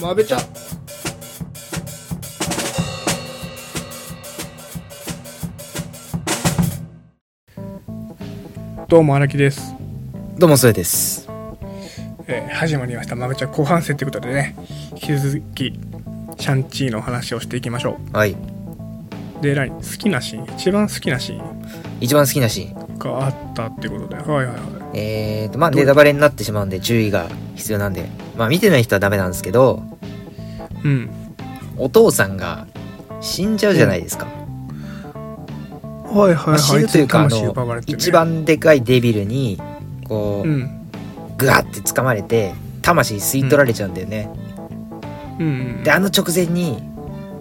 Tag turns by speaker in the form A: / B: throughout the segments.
A: まべちゃどうも荒木です、
B: どうも、それです。
A: えー始まりましたまべちゃ後半戦ということでね引き続きシャンチーの話をしていきましょ
B: はい。
A: うでライン好きなシーン一番好きなシー
B: 一番好きなシーン。
A: ンがあったってことではいはいは
B: えーと、まあ、ネタバレになってしまうんで注意が必要なんで。まあ、見てない人はダメなんですけど、
A: いうん
B: お父さんが死んじゃうじゃないですか。
A: はいはい
B: まあ死
A: はい
B: ぬというか、あ
A: つも魂奪わ
B: の
A: れ、てね
B: 一番でかいデビルに、こ
A: う
B: う、
A: ん
B: グワって掴まれて、魂吸い取られちゃうんだよね。
A: うんうん
B: で、あの直前に、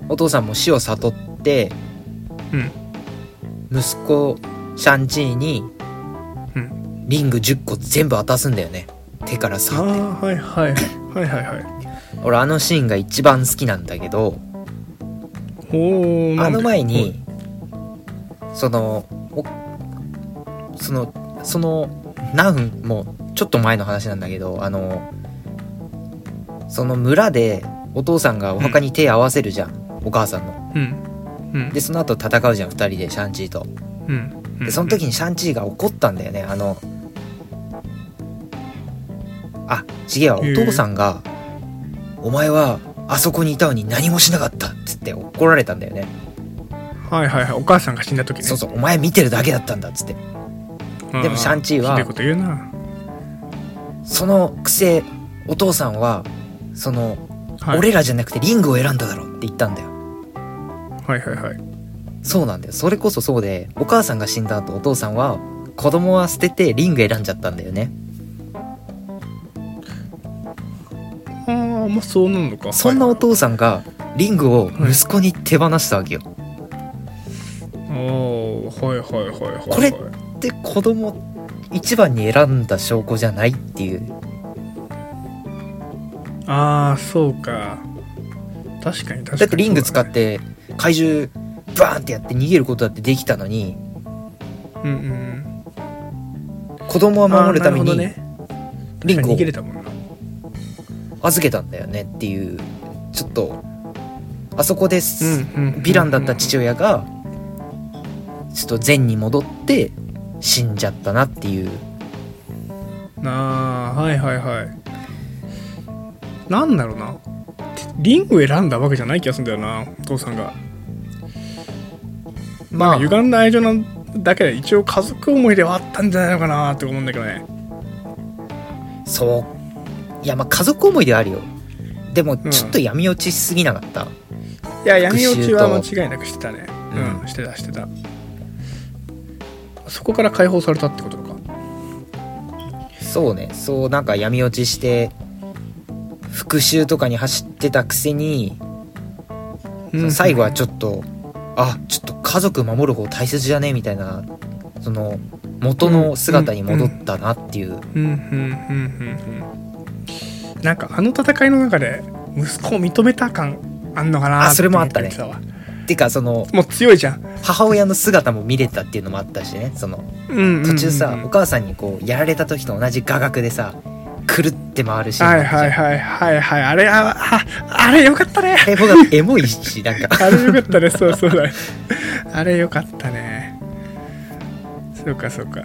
B: お父さんも死を悟って、
A: うん
B: 息子、シャンチーに、
A: うん
B: リング10個全部渡すんだよね。手から
A: あ
B: さ
A: あ
B: って。
A: ーはいはいはいはいはい
B: 俺あのシーンが一番好きなんだけど
A: おお
B: あの前にそのおそのその何分もうちょっと前の話なんだけどあのその村でお父さんがお墓に手合わせるじゃん、お母さんの
A: うんうん
B: でその後戦うじゃん2人でシャンチーと
A: うんうん
B: でその時にシャンチーが怒ったんだよねあのあちげえわお
A: へえ
B: 父さんが「お前はあそこにいたのに何もしなかった」っつって怒られたんだよね
A: はいはいはいお母さんが死んだ時ね
B: そうそうお前見てるだけだったんだっつってでもシャンチーは
A: ひどいこと言うな
B: そのくせお父さんはその、
A: はい
B: 俺らじゃなくてリングを選んだだろって言ったんだよ
A: はいはいはい
B: そうなんだよそれこそそうでお母さんが死んだ後お父さんは子供は捨ててリング選んじゃったんだよね
A: ああまあそうなのか
B: そんなお父さんがリングを息子に手放したわけよ、
A: おーはいはいはいはい
B: これで子供一番に選んだ証拠じゃないっていう
A: ああそうか確かに確かに
B: だってリング使って怪獣バーンってやって逃げることだってできたのに
A: うんうん
B: 子供
A: う
B: は
A: ん
B: 守るため
A: あー
B: に
A: なるほどね
B: リング
A: 確かに
B: を
A: 逃げれたもんな
B: 預けたんだよねっていうちょっとあそこです、
A: うんうん
B: ヴィランだった父親がちょっと善に戻って死んじゃったなっていう
A: ああはいはいはいなんだろうなリング選んだわけじゃない気がするんだよなお父さんが
B: まあ
A: 歪んだ愛情なだけで一応家族思いではあったんじゃないのかなって思うんだけどね
B: そういやまあ家族思いではあるよでも
A: ん
B: ちょっと闇落ちしすぎなかった、
A: いや闇落ちは
B: 復讐と
A: 間違いなくしてたねうん、
B: うん
A: してたしてたそこから解放されたってことか
B: そうねそうなんか闇落ちして復讐とかに走ってたくせに、その最後はちょっとあちょっと家族守る方大切じゃねみたいなその元の姿に戻ったなっていう、
A: うんうんうんうんうんなんかあの戦いの中で息子を認めた感あんのかな
B: あそれもあったね
A: て思てたわ
B: てかその
A: もう強いじゃん、
B: 母親の姿も見れたっていうのもあったしねその
A: うんうんうんうん
B: 途中さ、お母さんにこうやられた時と同じ画角でさくるって回るシーン
A: は
B: あ
A: い
B: ったじゃん
A: はいはいはいはいあれあああれよかったね
B: あれほらエモいしなんか
A: あれよかったね、そうそうだね。 あれよかったね。そうかそうか。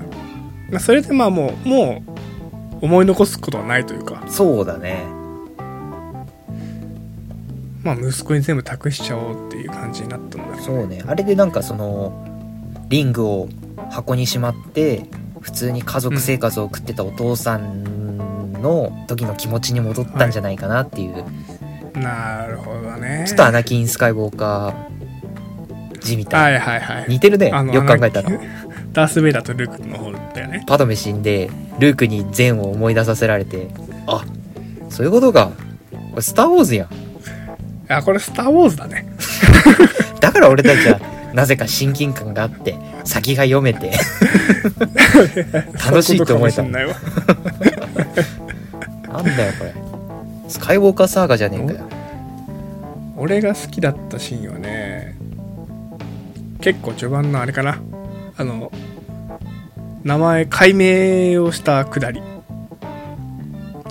A: まあ、それでまあもう、もう、思い残すことはないというか、
B: そうだね
A: まあ息子に全部託しちゃおうっていう感じになったんだろう
B: そうねあれでなんかそのリングを箱にしまって普通に家族生活を送ってたお父さんの時の気持ちに戻ったんじゃないかなっていう、
A: なるほどね。
B: ちょっとアナキン・スカイウォーカー字みた、
A: はいいはいはい。
B: 似てるね
A: あの
B: よく考えた
A: あの
B: ら
A: ダース・ベイダーとルークの方だよね。
B: パドメ死んでルークに善を思い出させられてあそういうことかこれスター・ウォーズやん
A: あ、これスター・ウォーズだね。
B: だから俺た ちはなぜか親近感があって先が読めて楽しいと思えた
A: そういうことかもしんないわ
B: なんだよこれスカイウォーカーサーガじゃねえかよ
A: 俺が好きだったシーンはね結構序盤のあれかなあの名前改名をしたくだり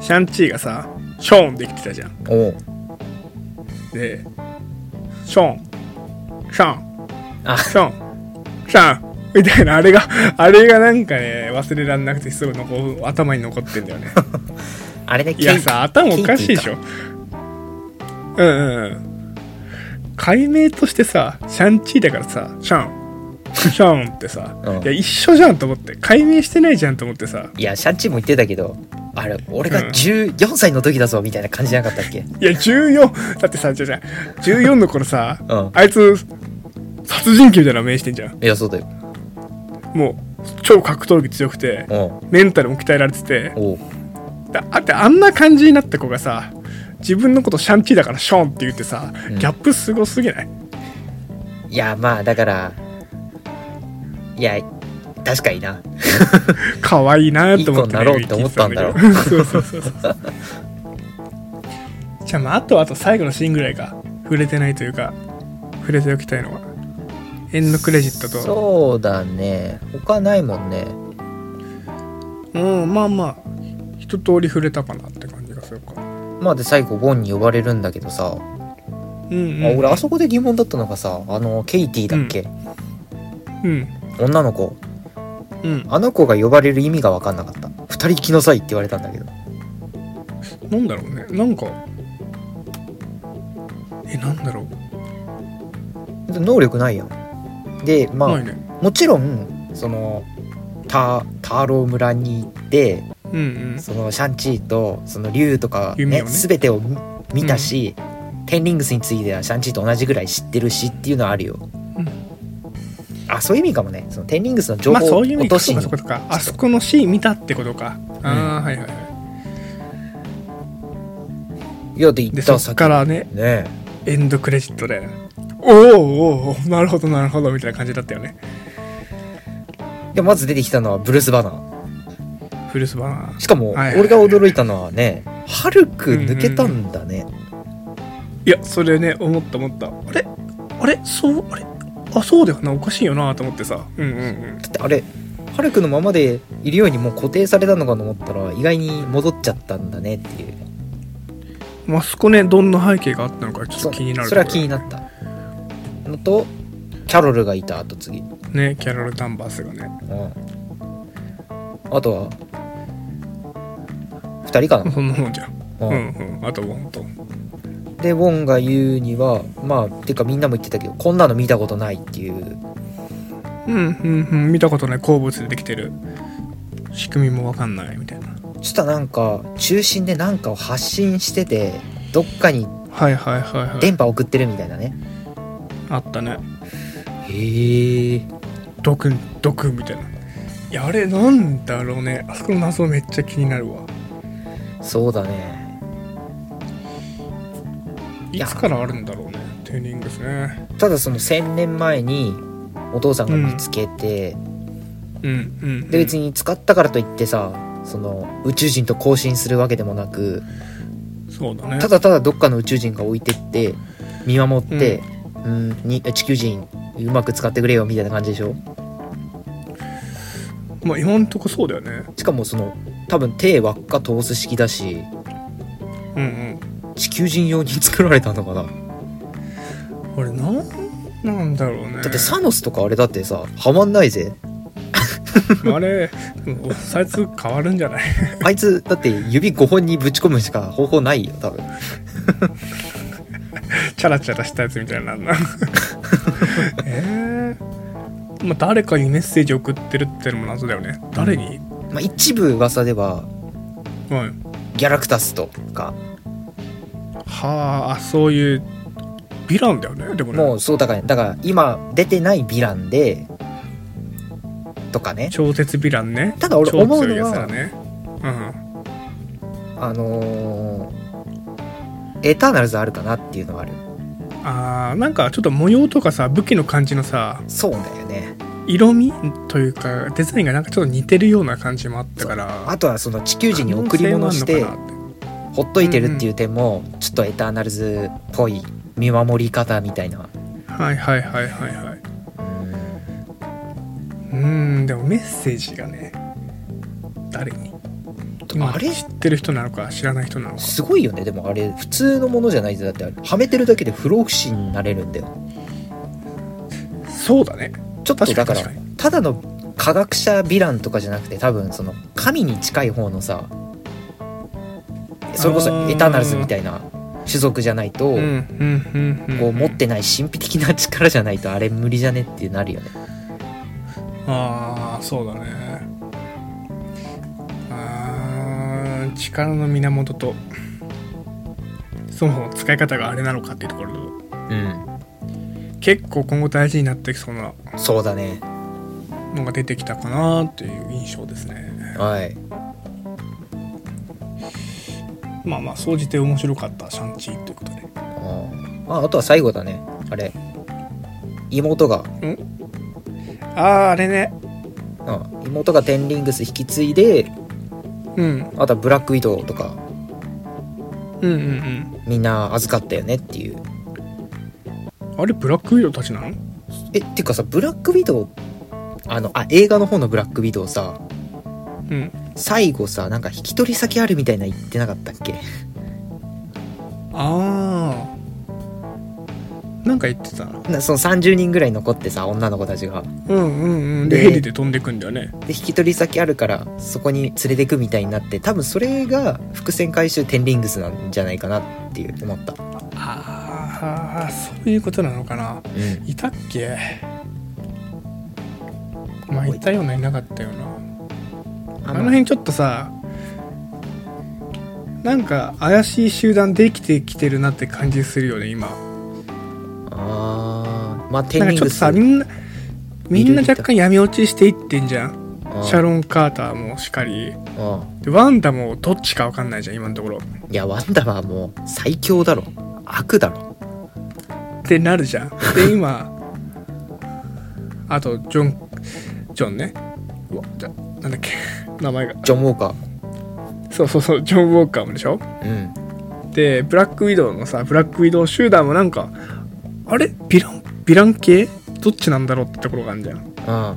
A: シャンチーがさショーンできてたじゃん
B: おう
A: で、ション、シャン、
B: あ
A: ション、シャン、みたいな、あれが、あれがなんかね、忘れらんなくて、すごい残頭に残ってんだよね。
B: あれねケ
A: い
B: イ
A: やさ、頭おかしいでしょ。うんうんうん。解明としてさ、シャンチーだからさ、シャン、 シャンってさ、
B: うん
A: いや、一緒じゃんと思って、解明してないじゃんと思ってさ、
B: いやシャンチーも言ってたけどあれ俺
A: うん
B: が14歳の時だぞみたいな感じじゃなかったっけ、
A: いや、14、だってさ、じゃじゃ14の頃さ、
B: うん
A: あいつ、殺人鬼みたいな名してんじゃん。
B: いやそうだよ
A: もう、超格闘技強くて、
B: う
A: メンタルも鍛えられてて、
B: んおう
A: だだってあんな感じになった子がさ、自分のことシャンチーだからショーンって言ってさ、
B: うん
A: ギャップすごすぎない
B: いやまあだからいや確かにな
A: 可愛いなと思って、
B: いい子になろうって思ったんだろう
A: 聞いてたんだけどそうそうそうそうじゃあまああとはあと最後のシーンぐらいか触れてないというか触れておきたいのはエンドクレジットと
B: そうだね他ないもんね
A: うんまあまあ一通り触れたかなって感じがするか
B: まあで最後ボンに呼ばれるんだけど
A: う
B: さ、
A: ん
B: あ
A: うん
B: 俺あそこで疑問だったのがさあのケイティだっけ、
A: うん
B: 女の子
A: うん
B: あの子が呼ばれる意味が分かんなかった二人来なさいって言われたんだけど
A: なんだろうねなんかえなんだろう
B: 能力ないやんでまあ、
A: ないね
B: もちろんそのタターロー村に行って
A: うんうん
B: そのシャンチーとその竜とか、ね
A: 弓をね
B: 全てを見見たし、テンリングスについてはシャンチーと同じぐらい知ってるしっていうのはあるよ、
A: うん
B: あそういう意味かもねそのテンリングスの情
A: まあ
B: 報を
A: そういう意味か
B: 落と
A: そ
B: し
A: う
B: に
A: かそうかそうかあそこのシーン見たってことか、ああはいはいはい
B: いやで行
A: で
B: った
A: そ
B: 先
A: っからね
B: ね
A: エンドクレジットで、おーおーおーなるほどなるほどみたいな感じだったよね。
B: でまず出てきたのはブルース・バナー
A: フルスバナ
B: しかも
A: はいはいはい
B: 俺が驚いたのはねハルク抜けたんだね、
A: いや、それね、思った思った。あれあれそう、あれあ、そうだよな、おかしいよなと思ってさ。うんうんうん。
B: だってあれハルクのままでいるようにもう固定されたのかと思ったら意外に戻っちゃったんだねっていう
A: まあ、そこね、どんな背景があったのかちょっ
B: そ
A: と
B: う
A: 気になる
B: それは気になったのとキャロルがいたあと次、うん、
A: た。ね、キャロル・ダンバースがね。
B: あとは2人か
A: そんなもんじゃん。
B: な、
A: う
B: うん
A: んうん。あともうほんと。
B: でウォンが言うにはまあてかみんなも言ってたけどこんなの見たことないっていう
A: うんうんうん。見たことない鉱物でできてる。仕組みもわかんないみたいな。
B: そしたらなんか中心で何かを発信しててどっかに
A: はいはいはいはい。
B: 電波送ってるみたいなね
A: あったね。
B: へえ
A: ドクンドクンみたいないやあれなんだろうねあそこの謎めっちゃ気になるわ
B: そうだね
A: い
B: いや
A: つからあるんだろうねテーニングスね
B: ただその1,000年前にお父さんが見つけて、
A: うんうん
B: で別
A: に
B: に使ったからといってさその宇宙人と交信するわけでもなく
A: そうだね
B: ただただどっかの宇宙人が置いてって見守って、うん、に地球人うまく使ってくれよみたいな感じでしょ
A: まあ今んとこそうだよね
B: しかもその多分手輪っか通す式だし
A: うん
B: 地球人用に作られたのかなだ
A: うん俺なんなんだろうね
B: ってサノスとかあれだってさはまんないぜ
A: あれうんサイズ変わるんじゃない
B: あいつだって指5本にぶち込むしか方法ないよ多分
A: チャラチャラしたやつみたいに なるなえーまあ、誰かにメッセージ送ってるってのも謎だよね誰に、
B: まあ一部噂では
A: うん、
B: ギャラクタスとか
A: はああそういうヴィランだよねでもね
B: もうそうだからだから今出てないヴィランでとかね
A: 超絶ヴィランね
B: ただ俺
A: 超
B: 思う
A: 強い
B: の
A: やつら
B: は、
A: ね
B: あのーエターナルズあるかなっていうのはある
A: うん、あーなんかちょっと模様とかさ武器の感じのさ
B: そうだよね
A: 色味というかデザインがなんかちょっと似てるような感じもあったから
B: あとはその地球人に贈り物して
A: 可能性はあんのかなって
B: ほっといてるっていう点もちょっとエターナルズっぽい見守り方みたいな
A: はいはいはいはいはいう
B: うん
A: ーんでもメッセージがね誰に今
B: あれ
A: 知ってる人なのか知らない人なのか
B: すごいよねでもあれ普通のものじゃないぜだってあれはめてるだけで不老不死になれるんだよ
A: そうだね
B: ちょっとだから
A: 確かに
B: ただの科学者ヴィランとかじゃなくて多分その神に近い方のさそれこそエターナルズみたいな種族じゃないと、
A: うんうんうん
B: こ
A: う
B: うん持ってない神秘的な力じゃないとあれ無理じゃねってなるよね
A: ああそうだねあー力の源とそもそも使い方があれなのかっていうところと
B: う
A: 結構今後大事になってきそうなん
B: そうだね
A: のが出てきたかなっていう印象ですね
B: はい
A: まあまあ総じて面白かったシャンチーということで
B: あーああとは最後だねあれ妹が、
A: あああれね
B: うん、妹がテンリングス引き継いで
A: うん
B: あとはブラックウィドウとか
A: うんうん
B: みんな預かったよねっていう
A: うんあれブラックウィドウたちなの
B: えっていうかさブラックウィドウあのあ映画の方のブラックウィドウさ
A: うん
B: 最後さなんか引き取り先あるみたいな言ってなかったっけ
A: ああなんか言ってたな
B: なその30人ぐらい残ってさ女の子たちが
A: うんうんうんで
B: で
A: ヘリで飛んでくんだよね
B: で引き取り先あるからそこに連れてくみたいになって多分それが伏線回収テンリングスなんじゃないかなっていう思った
A: ああそういうことなのかな
B: うん
A: いたっけまあいたようないなかったよなあの辺ちょっとさなんか怪しい集団できてきてるなって感じするよね今
B: あーまあテ
A: な
B: ン
A: んかちょっ
B: リング
A: と
B: ス
A: さみんなみんな
B: 見る人
A: 若干闇落ちしていってんじゃん
B: あー
A: シャロン・カーターもしかり
B: あ
A: でワンダもどっちか分かんないじゃん今のところ
B: ーいやワンダはもう最強だろ悪だろ
A: ってなるじゃんで今あとジョンジョンねうわじゃなんだっけ名前が
B: ジョン・ウォーカ
A: そうそうそうジョン・ウォーカーもでしょ
B: ーうん
A: でブラックウィドウのさブラックウィドウ集団もなんかあれヴィランヴィラン系どっちなんだろうってところがあるじゃん
B: うん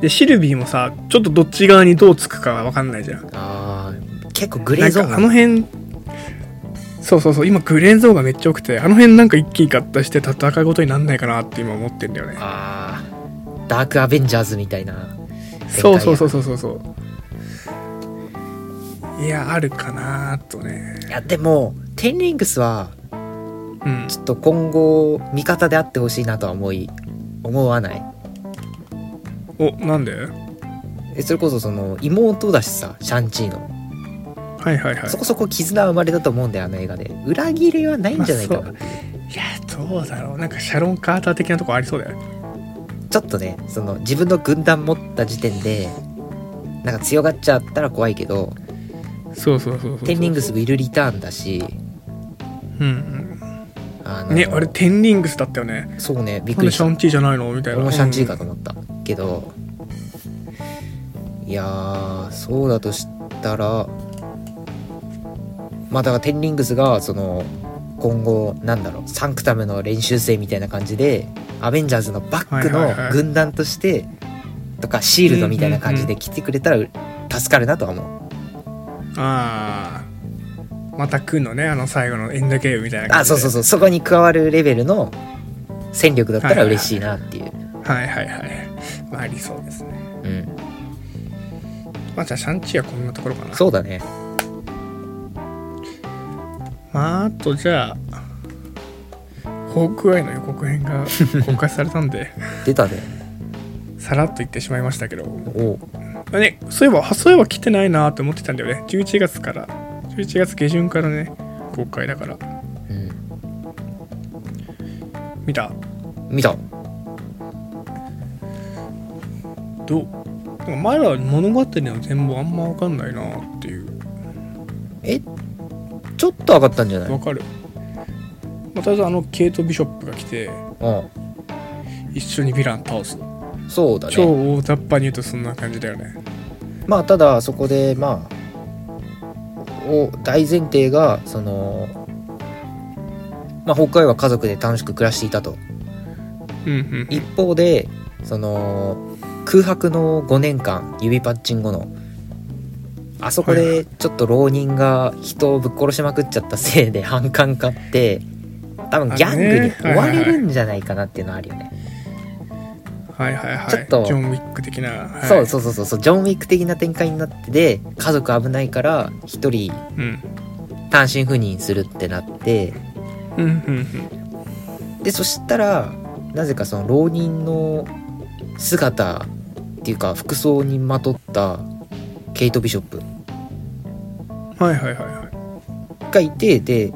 A: でシルビーもさちょっとどっち側にどうつくかは分かんないじゃん
B: あー結構グレ
A: な
B: ー
A: ん
B: ゾーン
A: かあの辺そうそうそう今グレーゾーンがめっちゃ多くてあの辺なんか一気に合体して戦いごとになんないかなって今思ってんだよね
B: あーダークアベンジャーズみたいな
A: そうそうそうそうそうそういやあるかなとね
B: いやでもテンリングスは
A: うん
B: ちょっと今後味方であってほしいなとは思い思わない
A: おなんでは
B: えそれこそその妹だしさシャンチーの
A: いはいはい
B: そこそこ絆は生まれたと思うんだよあの映画で裏切りはないんじゃないかな、
A: まあいやどうだろうなんかシャロン・カーター的なとこありそうだよね
B: ちょっとねその自分の軍団持った時点でなんか強がっちゃったら怖いけど
A: そうそうそうそう
B: テンリングスウィルリターンだし
A: うん
B: あ
A: うんねあれテンリングスだったよね
B: そうねびっ
A: なん
B: く
A: で
B: り
A: シ
B: した
A: ャンチーじゃないのみたい
B: 俺
A: な
B: もシャンチーか
A: うん
B: と思ったけどいやーそうだとしたらまあだからテンリングスがその今後なんだろうサンクタムの練習生みたいな感じでアベンジャーズのバック
A: はいはいは
B: の
A: い
B: 軍団としてとかシールドみたいな感じで来てくれたら助かるなとは思う
A: ああまた来んのねあの最後のエンドゲームみたいな感
B: あ
A: じで
B: そうそうそうそこに加わるレベルの戦力だったら嬉しいなっていう
A: はいはいはいまあありそうですね
B: うん
A: まあじゃあシャンチーはこんなところかな
B: そうだね
A: まああとじゃあホークアイの予告編が公開されたんで
B: 出たね
A: さらっと言ってしまいましたけど、
B: おう
A: あね、そういえばあそういえば来てないなと思ってたんだよね11月から11月下旬からね公開だから
B: うん
A: 見た
B: 見た
A: どうなんか前ら物語の全貌あんま分かんないなっていう
B: えちょっと上がったんじゃない
A: 分かるまあとりあえずあのケイト・ビショップが来て
B: う
A: 一緒にヴィラン倒す
B: んそうだ
A: 超
B: ね
A: 大雑把に言うとそんな感じだよね
B: まあただそこでまあお大前提がそのまあ北海は家族で楽しく暮らしていたと
A: うんうん
B: 一方でその空白の5年間指パッチン後のあそこでちょっと浪人が人をぶっ殺しまくっちゃったせいで反感買って多分ギャングに追われるんじゃないかなっていうのはあるよね
A: はいはいはい
B: ちょっと
A: ジョン・ウィック的な、はい、
B: そうそうそうそうそうジョン・ウィック的な展開になってで家族危ないから一人
A: うん
B: 単身赴任するってなって
A: うんうんうん
B: でそしたらなぜかその浪人の姿っていうか服装にまとったケイト・ビショップ
A: はいはいはいはい
B: がいてで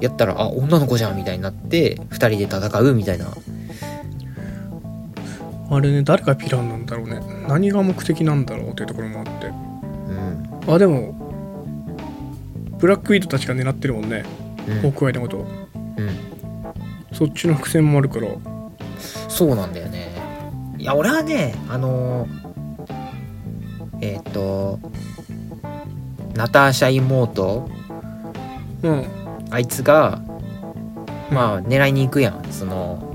B: やったらあ女の子じゃんみたいになって2人で戦うみたいな
A: あれね誰がヴィランなんだろうね何が目的なんだろうっていうところもあって
B: うん
A: あでもブラックウィードたちが狙ってるもんね
B: うん
A: ホークアイのこと
B: うん
A: そっちの伏線もあるから
B: そうなんだよねいや俺はねあのーえっ、とナターシャ妹
A: うん
B: あいつがまあ狙いに行くやんその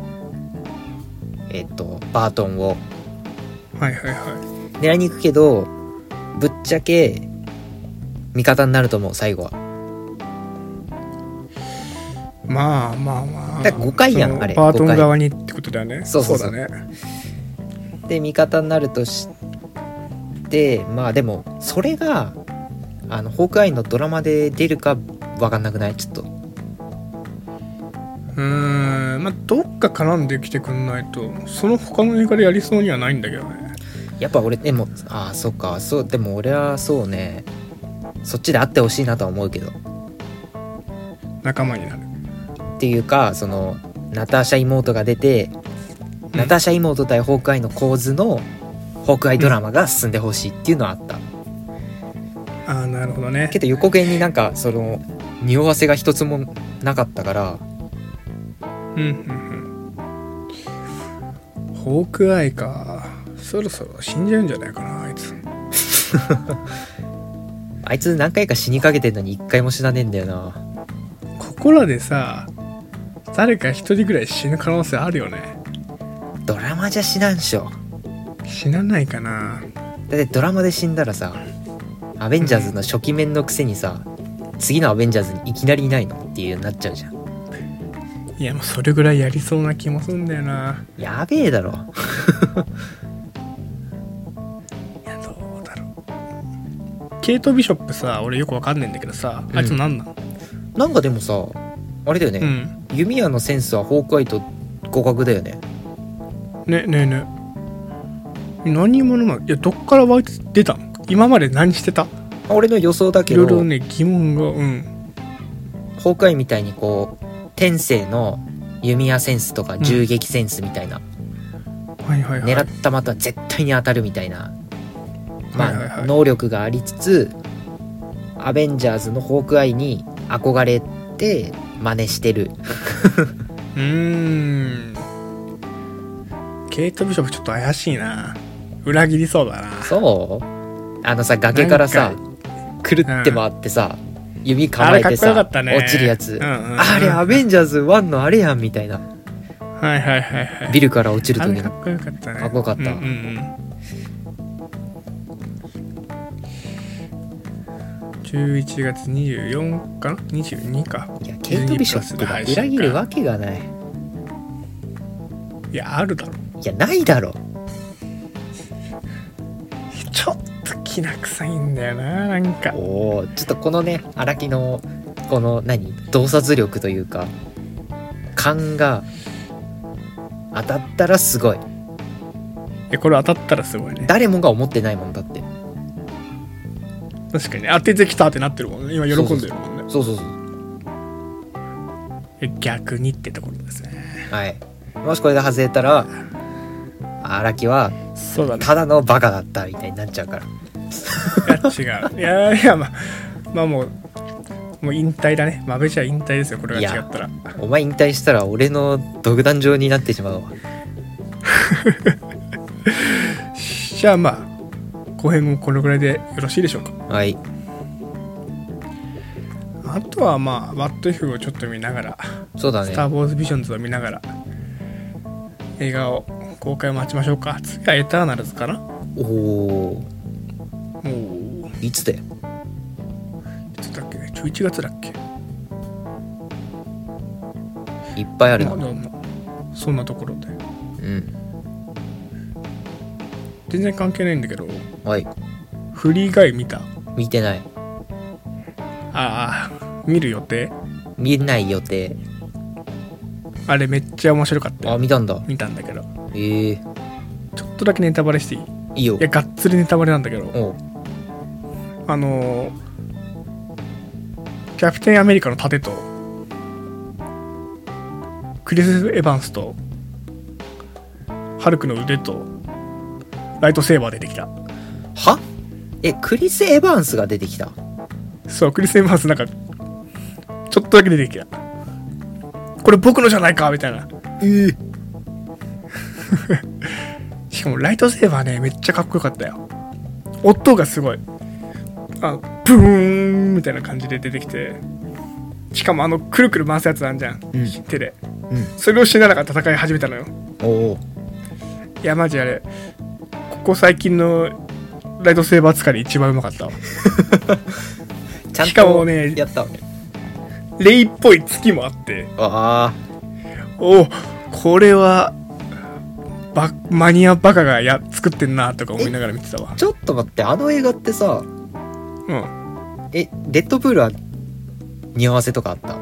B: えっ、とバートンを
A: はいはいは
B: 狙いに行くけどぶっちゃけ味方になると思う最後はい
A: まあまあまあ
B: だから誤解やん
A: その
B: あれ
A: バート
B: 誤
A: ン
B: 解
A: 側にってことだよね
B: そうそうそう
A: だね
B: で味方になるとしてまあでもそれがあのホークアイのドラマで出るか分かんなくないちょっと
A: うーんまあどっか絡んできてくんないとその他の映画でやりそうにはないんだけどね
B: やっぱ俺でもああそっかそうでも俺はそうねそっちであってほしいなとは思うけど
A: 仲間になる
B: っていうかそのナターシャ妹が出て、
A: うん
B: ナターシャ妹対ホークアイの構図のホークアイドラマが進んでほしいっていうのはあった、
A: ああなるほどね
B: けど予告編になんかその匂わせが一つもなかったから
A: うんうんうんホークアイかそろそろ死んじゃうんじゃないかなあいつ
B: あいつ何回か死にかけてんのに一回も死なねえんだよな
A: ここらでさ誰か一人ぐらい死ぬ可能性あるよね
B: ドラマじゃ死なんっしょ
A: 死なないかな
B: だってドラマで死んだらさアベンジャーズの初期面のくせにさ次のアベンジャーズにいきなりいないのっていうなっちゃうじゃん
A: いやもうそれぐらいやりそうな気もするんだよな
B: やべえだろ
A: いやどうだろうケイト・ビショップさ俺よくわかんないんだけどさあいつ何なの
B: なんかでもさあれだよ
A: う
B: ね、
A: ん、
B: 弓矢のセンスはホークアイと互角だよね
A: ねねえねえ何者なのいやどっから湧いて出たの今まで何してた
B: あ俺の予想だ
A: い
B: け
A: ろ
B: ど
A: いろね疑問がうん
B: ホークアイみたいにこう天性の弓矢センスとか銃撃センスみたいな、
A: はいはいはい
B: 狙った的は絶対に当たるみたいな、まあ
A: はいはいはい
B: 能力がありつつアベンジャーズのホークアイに憧れて真似して る
A: うーんケイト・ビショップちょっと怪しいな裏切りそうだな
B: そうあのさ崖からさ
A: な
B: くるって回ってさ、弓構えて
A: あれかっこよか
B: さ
A: ったね
B: 落ちるやつ、
A: うんうんうん
B: あれアベンジャーズ1のあれやんみたいな
A: はいはいはいはい
B: ビルから落ちる
A: あ
B: と
A: れ
B: き
A: か
B: の
A: っこよかったね
B: かっこよかった
A: うんうんうん、11月24かな22か
B: いやケイト・ビショップが裏切るわけがない
A: いやあるだろ
B: いやないだろ
A: ちょっときな臭いんだよななんか
B: おおちょっとこのね荒木のこの何洞察力というか勘が当たったらすごい
A: いやこれ当たったらすごいね
B: 誰もが思ってないもんだって
A: 確かに当ててきたってなってるもんね今喜んでるもんね
B: そうそうそう
A: いや逆にってところですね
B: はいもしこれが外れたら荒木は
A: そうだね
B: ただのバカだったみたいになっちゃうから
A: いや違ういやいやまあまあもうもう引退だねまべちゃ引退ですよこれが違ったら
B: お前引退したら俺の独壇場になってしまうわ
A: じゃあまあ後編もこのぐらいでよろしいでしょうか
B: はい
A: あとはまあ「What If」をちょっと見ながら「
B: そうだ
A: ス
B: ね
A: ター・ウォーズ・ビジョンズ」を見ながら映画を公開を待ちましょうか次は「エターナルズ」かな
B: おお
A: もう
B: いつだよ
A: いつだっけね11月だっけ
B: いっぱいある
A: ま
B: な
A: あでもそんなところで
B: うん
A: 全然関係ないんだけど
B: はい
A: フリーガイ見た
B: 見てない
A: ああ見る予定
B: 見ない予定
A: あれめっちゃ面白かった
B: あ
A: よ
B: 見たんだ
A: 見たんだけど
B: ええ
A: ちょっとだけネタバレしていいい
B: いいよ
A: やがっつりネタバレなんだけど
B: おう
A: あのーキャプテンアメリカの盾とクリス・エヴァンスとハルクの腕とライトセーバー出てきた
B: はえクリス・エヴァンスが出てきた
A: そうクリス・エヴァンスなんかちょっとだけ出てきたこれ僕のじゃないかみたいな
B: ええ
A: しかもライトセーバーねめっちゃかっこよかったよ音がすごいあブーンみたいな感じで出てきてしかもあのくるくる回すやつあんじゃん、
B: うん
A: 手で、
B: うん
A: それをしながら戦い始めたのよ
B: おお
A: いやマジあれここ最近のライトセーバー使いで一番うまかったわ
B: ちゃん
A: しかも
B: と
A: ね
B: やった
A: レイっぽい月もあって
B: あ
A: おおこれはバマニアバカがや作ってんなとか思いながら見てたわ
B: あちょっと待ってあの映画ってさ
A: うん
B: えデッドプールは似合わせとかあった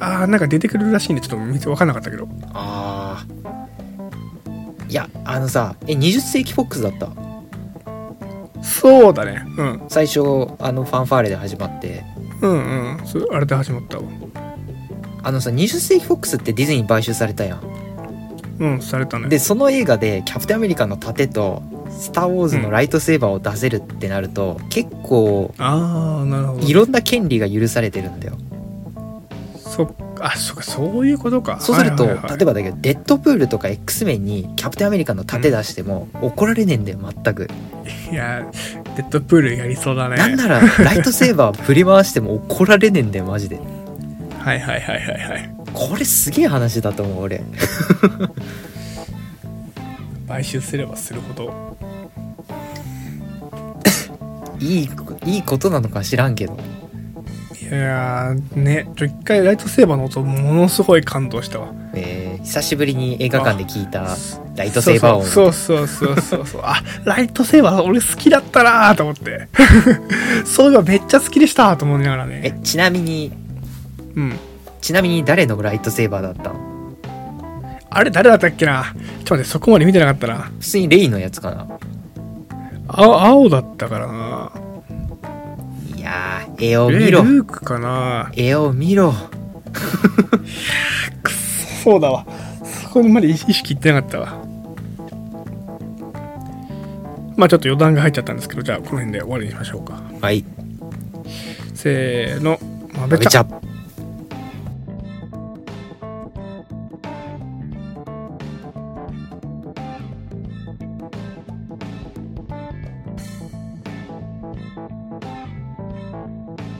A: あーなんか出てくるらしいんでちょっと見て分かんなかったけど
B: あーいやあのさえ20世紀フォックスだった
A: そうだねうん
B: 最初あのファンファーレで始まって
A: うんうんそうあれで始まったわ
B: あのさ20世紀フォックスってディズニーに買収されたやん
A: うんされたね
B: でその映画でキャプテンアメリカの盾とスター・ウォーズのライトセーバーを出せるってなると、結構
A: ああなるほど
B: いろんな権利が許されてるんだよ
A: そっあそっかそういうことか
B: そうすると、
A: はいはいはい
B: 例えばだけどデッドプールとか X メンにキャプテンアメリカの盾出しても怒られねえんだよ全く、
A: いやデッドプールやりそうだね
B: なんならライトセーバー振り回しても怒られねえんだよマジで
A: はいはいはいはいはい
B: これすげえ話だと思う俺
A: 買収すればするほど
B: いいいいことなのか知らんけど
A: いやーねちょ一回ライトセーバーの音ものすごい感動したわ
B: えー久しぶりに映画館で聞いたライ
A: ラ
B: トセーバー音
A: そうそうそうそうそうそうあライトセーバー俺好きだったなーと思って そういえばめっちゃ好きでしたーと思いながら
B: え
A: ね
B: ちなみに
A: うん
B: ちなみに誰のライトセーバーだったの
A: あれ誰だったっけなちょっと待って、そこまで見てなかったな。
B: 普通にレイのやつかな
A: 青、青だったからな。
B: いやー絵を
A: え
B: 見ろ
A: ルークかな
B: 絵を見ろ
A: そうだわ。そこまで意識いってなかったわ。まあちょっと余談が入っちゃったんですけど、じゃあこの辺で終わりにしましょうか。
B: はい
A: せーの。ま
B: め
A: べ
B: ち
A: ちゃ
B: ゃ